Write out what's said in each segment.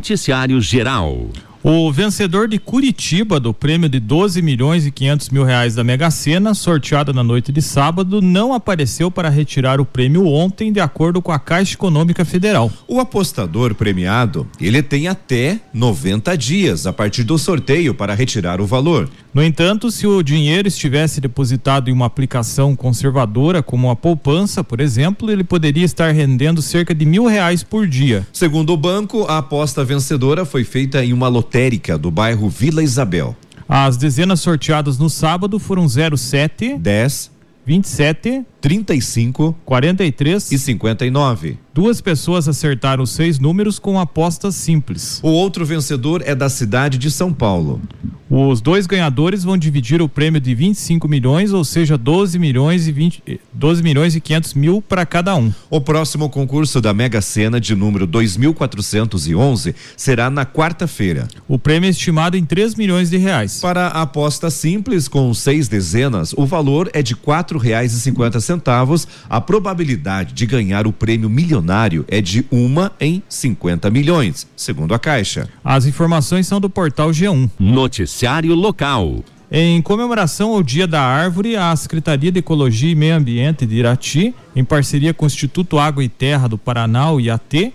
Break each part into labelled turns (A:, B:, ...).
A: Noticiário Geral.
B: O vencedor de Curitiba do prêmio de 12 milhões e 500 mil reais da Mega Sena, sorteado na noite de sábado, não apareceu para retirar o prêmio ontem, de acordo com a Caixa Econômica Federal.
C: O apostador premiado, ele tem até 90 dias a partir do sorteio para retirar o valor.
B: No entanto, se o dinheiro estivesse depositado em uma aplicação conservadora, como a poupança, por exemplo, ele poderia estar rendendo cerca de mil reais por dia.
C: Segundo o banco, a aposta vencedora foi feita em uma loteria lotérica do bairro Vila Isabel.
B: As dezenas sorteadas no sábado foram 07,
C: 10,
B: 27,
C: 35
B: 43
C: e 59.
B: Duas pessoas acertaram os seis números com apostas simples.
C: O outro vencedor é da cidade de São Paulo.
B: Os dois ganhadores vão dividir o prêmio de 25 milhões, ou seja, 12 milhões e 20, 12 milhões e 500 mil para cada um.
C: O próximo concurso da Mega Sena de número 2411 será na quarta-feira.
B: O prêmio é estimado em 3 milhões de reais.
C: Para a aposta simples com seis dezenas, o valor é de quatro reais e cinquenta centavos. A probabilidade de ganhar o prêmio milionário é de uma em 50 milhões, segundo a Caixa.
B: As informações são do portal G1.
A: Noticiário local.
B: Em comemoração ao Dia da Árvore, a Secretaria de Ecologia e Meio Ambiente de Irati, em parceria com o Instituto Água e Terra do Paraná, o IAT,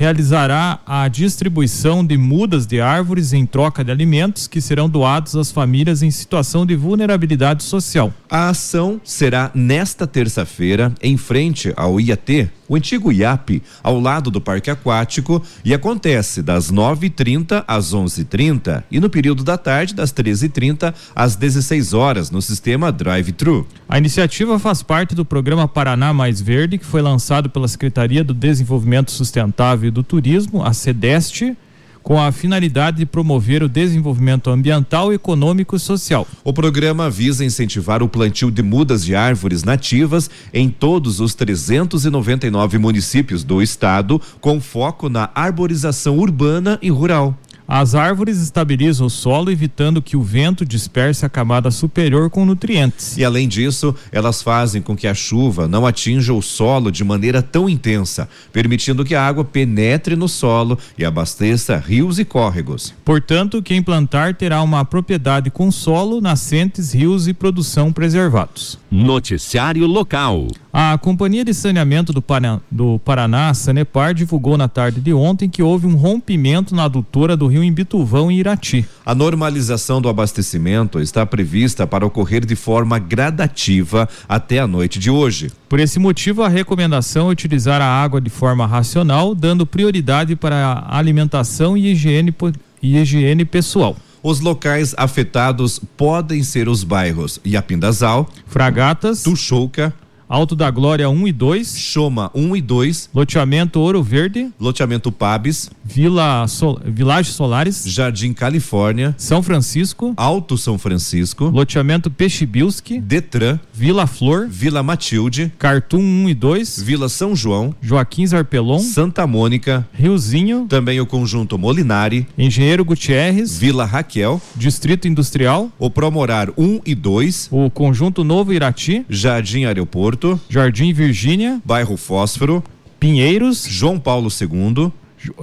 B: realizará a distribuição de mudas de árvores em troca de alimentos que serão doados às famílias em situação de vulnerabilidade social.
C: A ação será nesta terça-feira, em frente ao IAT, o antigo IAP, ao lado do Parque Aquático, e acontece das 9h30 às 11h30 e no período da tarde, das 13h30 às 16 horas no sistema Drive-Thru.
B: A iniciativa faz parte do programa Paraná Mais Verde, que foi lançado pela Secretaria do Desenvolvimento Sustentável do Turismo, a SEDEST, com a finalidade de promover o desenvolvimento ambiental, econômico e social.
C: O programa visa incentivar o plantio de mudas de árvores nativas em todos os 399 municípios do estado, com foco na arborização urbana e rural.
B: As árvores estabilizam o solo, evitando que o vento disperse a camada superior com nutrientes.
C: E além disso, elas fazem com que a chuva não atinja o solo de maneira tão intensa, permitindo que a água penetre no solo e abasteça rios e córregos.
B: Portanto, quem plantar terá uma propriedade com solo, nascentes, rios e produção preservados.
A: Noticiário local.
B: A Companhia de Saneamento do Paraná, do Paraná, Sanepar, divulgou na tarde de ontem que houve um rompimento na adutora do rio em Bituvão e Irati.
C: A normalização do abastecimento está prevista para ocorrer de forma gradativa até a noite de hoje.
B: Por esse motivo, a recomendação é utilizar a água de forma racional, dando prioridade para alimentação e higiene, e higiene pessoal.
C: Os locais afetados podem ser os bairros Iapindazal,
B: Fragatas,
C: Tuxouca,
B: Alto da Glória 1 e 2.
C: Choma 1 e 2.
B: Loteamento Ouro Verde.
C: Loteamento Pabes.
B: Vila Sol, Vilagem Solares.
C: Jardim Califórnia.
B: São Francisco.
C: Alto São Francisco.
B: Loteamento Peixibilski.
C: Detran.
B: Vila Flor.
C: Vila Matilde.
B: Cartum 1 e 2.
C: Vila São João.
B: Joaquim Zarpelon.
C: Santa Mônica.
B: Riozinho.
C: Também o Conjunto Molinari.
B: Engenheiro Gutierrez.
C: Vila Raquel.
B: Distrito Industrial.
C: O Promorar 1 e 2.
B: O Conjunto Novo Irati.
C: Jardim Aeroporto.
B: Jardim Virgínia,
C: Bairro Fósforo,
B: Pinheiros,
C: João Paulo II,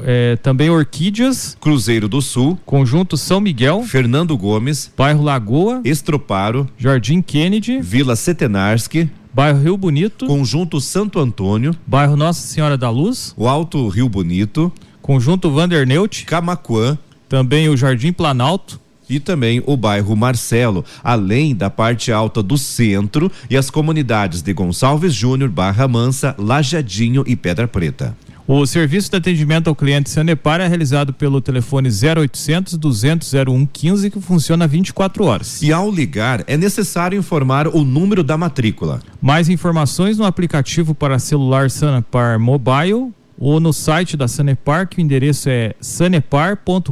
B: é, também Orquídeas,
C: Cruzeiro do Sul,
B: Conjunto São Miguel,
C: Fernando Gomes,
B: Bairro Lagoa,
C: Estroparo,
B: Jardim Kennedy,
C: Vila Setenarski,
B: Bairro Rio Bonito,
C: Conjunto Santo Antônio,
B: Bairro Nossa Senhora da Luz,
C: o Alto Rio Bonito,
B: Conjunto Vanderneut,
C: Camacuã,
B: também o Jardim Planalto,
C: e também o bairro Marcelo, além da parte alta do centro e as comunidades de Gonçalves Júnior, Barra Mansa, Lajadinho e Pedra Preta.
B: O serviço de atendimento ao cliente Sanepar é realizado pelo telefone 0800 200 0115 que funciona 24 horas.
C: E ao ligar é necessário informar o número da matrícula.
B: Mais informações no aplicativo para celular Sanepar Mobile ou no site da Sanepar, que o endereço é sanepar.com.br.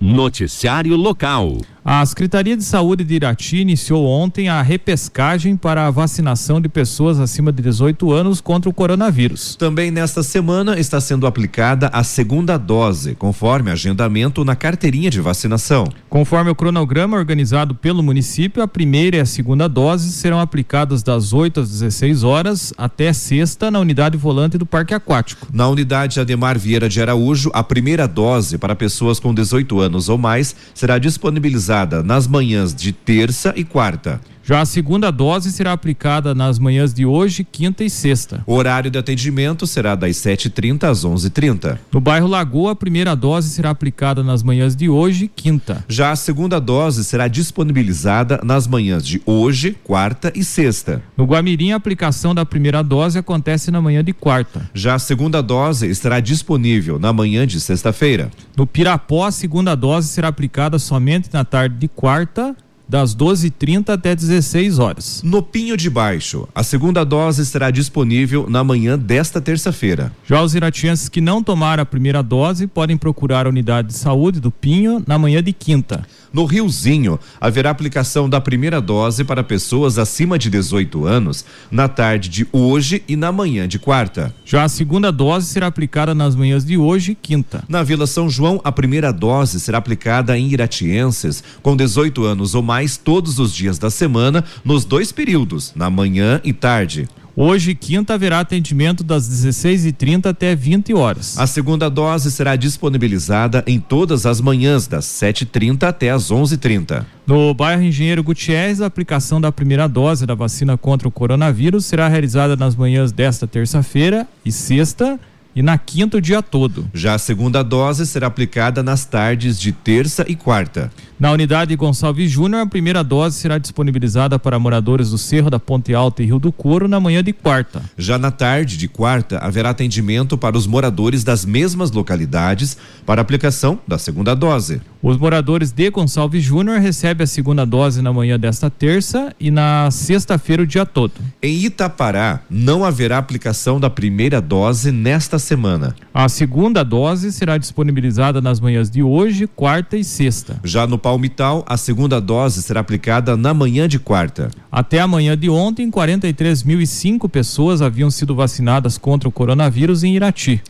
A: Noticiário Local.
B: A Secretaria de Saúde de Irati iniciou ontem a repescagem para a vacinação de pessoas acima de 18 anos contra o coronavírus.
C: Também nesta semana está sendo aplicada a segunda dose, conforme agendamento na carteirinha de vacinação.
B: Conforme o cronograma organizado pelo município, a primeira e a segunda dose serão aplicadas das 8 às 16 horas até sexta na unidade volante do Parque Aquático.
C: Na unidade Ademar Vieira de Araújo, a primeira dose para pessoas com 18 anos ou mais será disponibilizada nas manhãs de terça e quarta.
B: Já a segunda dose será aplicada nas manhãs de hoje, quinta e sexta.
C: O horário de atendimento será das 7h30 às 11h30.
B: No bairro Lagoa, a primeira dose será aplicada nas manhãs de hoje, quinta.
C: Já a segunda dose será disponibilizada nas manhãs de hoje, quarta e sexta.
B: No Guamirim, a aplicação da primeira dose acontece na manhã de quarta.
C: Já a segunda dose estará disponível na manhã de sexta-feira.
B: No Pirapó, a segunda dose será aplicada somente na tarde de quarta das 12h30 até 16 horas.
C: No Pinho de Baixo, a segunda dose estará disponível na manhã desta terça-feira.
B: Já os iratienses que não tomaram a primeira dose podem procurar a unidade de saúde do Pinho na manhã de quinta.
C: No Riozinho, haverá aplicação da primeira dose para pessoas acima de 18 anos na tarde de hoje e na manhã de quarta.
B: Já a segunda dose será aplicada nas manhãs de hoje e quinta.
C: Na Vila São João, a primeira dose será aplicada em iratienses com 18 anos ou mais todos os dias da semana, nos dois períodos, na manhã e tarde.
B: Hoje, quinta, haverá atendimento das 16h30 até 20 horas.
C: A segunda dose será disponibilizada em todas as manhãs, das 7h30 até as 11h30.
B: No bairro Engenheiro Gutierrez, a aplicação da primeira dose da vacina contra o coronavírus será realizada nas manhãs desta terça-feira e sexta e na quinta o dia todo.
C: Já a segunda dose será aplicada nas tardes de terça e quarta.
B: Na unidade Gonçalves Júnior, a primeira dose será disponibilizada para moradores do Cerro da Ponte Alta e Rio do Couro na manhã de quarta.
C: Já na tarde de quarta, haverá atendimento para os moradores das mesmas localidades para aplicação da segunda dose.
B: Os moradores de Gonçalves Júnior recebem a segunda dose na manhã desta terça e na sexta-feira o dia todo.
C: Em Itapará, não haverá aplicação da primeira dose nesta semana.
B: A segunda dose será disponibilizada nas manhãs de hoje, quarta e sexta.
C: Já no Palmital, a segunda dose será aplicada na manhã de quarta.
B: Até a manhã de ontem, 43.005 pessoas haviam sido vacinadas contra o coronavírus em Irati.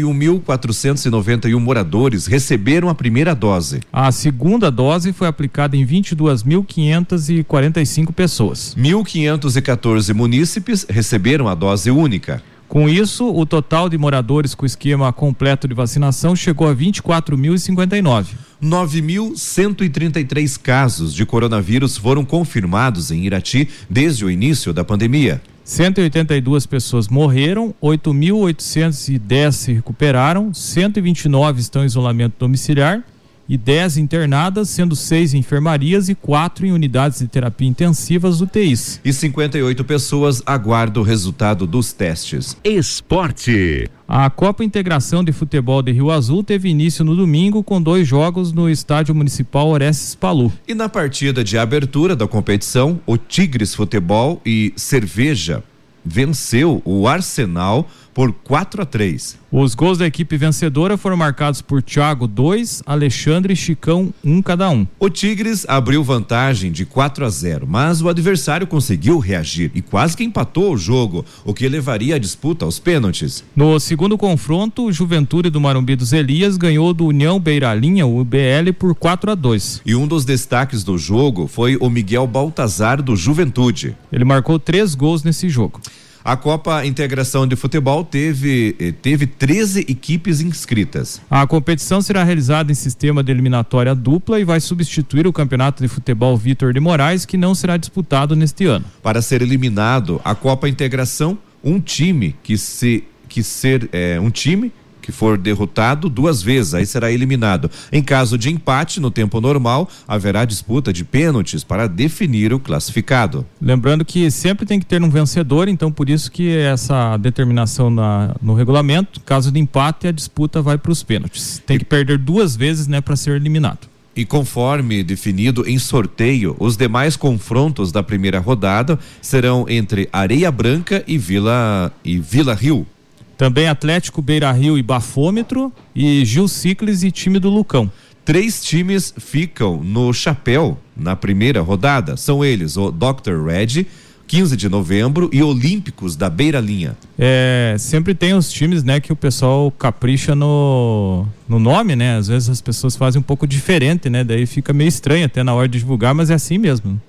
C: 41.491 moradores receberam a primeira dose.
B: A segunda dose foi aplicada em 22.545 pessoas.
C: 1.514 munícipes receberam a dose única.
B: Com isso, o total de moradores com esquema completo de vacinação chegou a 24.059.
C: 9.133 casos de coronavírus foram confirmados em Irati desde o início da pandemia.
B: 182 pessoas morreram, 8.810 se recuperaram, 129 estão em isolamento domiciliar e 10 internadas, sendo 6 em enfermarias e 4 em unidades de terapia intensivas UTIs.
C: E 58 pessoas aguardam o resultado dos testes.
A: Esporte.
B: A Copa Integração de Futebol de Rio Azul teve início no domingo com dois jogos no Estádio Municipal Orestes Palu.
C: E na partida de abertura da competição, o Tigres Futebol e Cerveja venceu o Arsenal por 4 a 3.
B: Os gols da equipe vencedora foram marcados por Thiago 2, Alexandre e Chicão 1 um cada um.
C: O Tigres abriu vantagem de 4 a 0, mas o adversário conseguiu reagir e quase que empatou o jogo, o que levaria a disputa aos pênaltis.
B: No segundo confronto, o Juventude do Marumbi dos Elias ganhou do União Beiralinha, o UBL, por 4 a 2.
C: E um dos destaques do jogo foi o Miguel Baltazar do Juventude.
B: Ele marcou três gols nesse jogo.
C: A Copa Integração de Futebol teve, eh, teve 13 equipes inscritas.
B: A competição será realizada em sistema de eliminatória dupla e vai substituir o Campeonato de Futebol Vitor de Moraes, que não será disputado neste ano.
C: Para ser eliminado, a Copa Integração, um time que se que ser é, um time que for derrotado duas vezes, aí será eliminado. Em caso de empate no tempo normal, haverá disputa de pênaltis para definir o classificado.
B: Lembrando que sempre tem que ter um vencedor, então por isso que essa determinação na, no regulamento, caso de empate, a disputa vai para os pênaltis. Tem que perder duas vezes, né, para ser eliminado.
C: E conforme definido em sorteio, os demais confrontos da primeira rodada serão entre Areia Branca e Vila e Vila Rio.
B: Também Atlético, Beira Rio e Bafômetro e Gil Ciclis e time do Lucão.
C: Três times ficam no chapéu na primeira rodada. São eles o Dr. Red, 15 de novembro, e Olímpicos da Beira Linha.
B: É, sempre tem os times, né, que o pessoal capricha no, no nome, né? Às vezes as pessoas fazem um pouco diferente, né? Daí fica meio estranho até na hora de divulgar, mas é assim mesmo.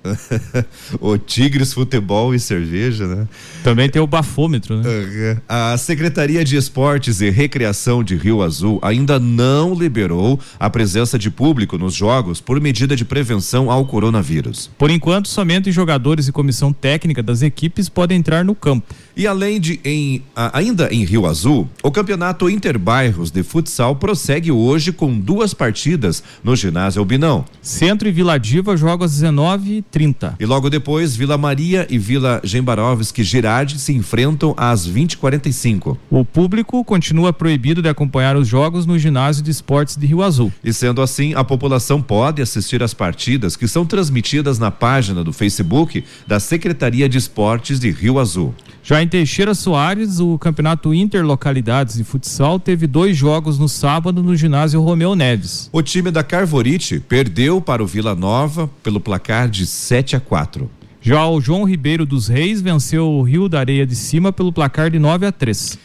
C: o Tigres Futebol e Cerveja, né?
B: Também tem o bafômetro, né?
C: Uhum. A Secretaria de Esportes e Recreação de Rio Azul ainda não liberou a presença de público nos jogos por medida de prevenção ao coronavírus.
B: Por enquanto, somente jogadores e comissão técnica das equipes podem entrar no campo.
C: E além de em ainda em Rio Azul, o Campeonato Interbairros de Futsal prossegue hoje com duas partidas no ginásio Albinão.
B: Centro e Vila Diva jogam às 19h30.
C: E logo depois, Vila Maria e Vila Gembarovski Girardi se enfrentam às 20h45.
B: O público continua proibido de acompanhar os jogos no ginásio de esportes de Rio Azul.
C: E sendo assim, a população pode assistir às partidas que são transmitidas na página do Facebook da Secretaria de Esportes de Rio Azul.
B: Já em Teixeira Soares, o campeonato interlocalidades de futsal teve dois jogos no sábado no ginásio Romeu Neves.
C: O time da Carvorite perdeu para o Vila Nova pelo placar de 7 a 4.
B: Já o João Ribeiro dos Reis venceu o Rio da Areia de Cima pelo placar de 9 a 3.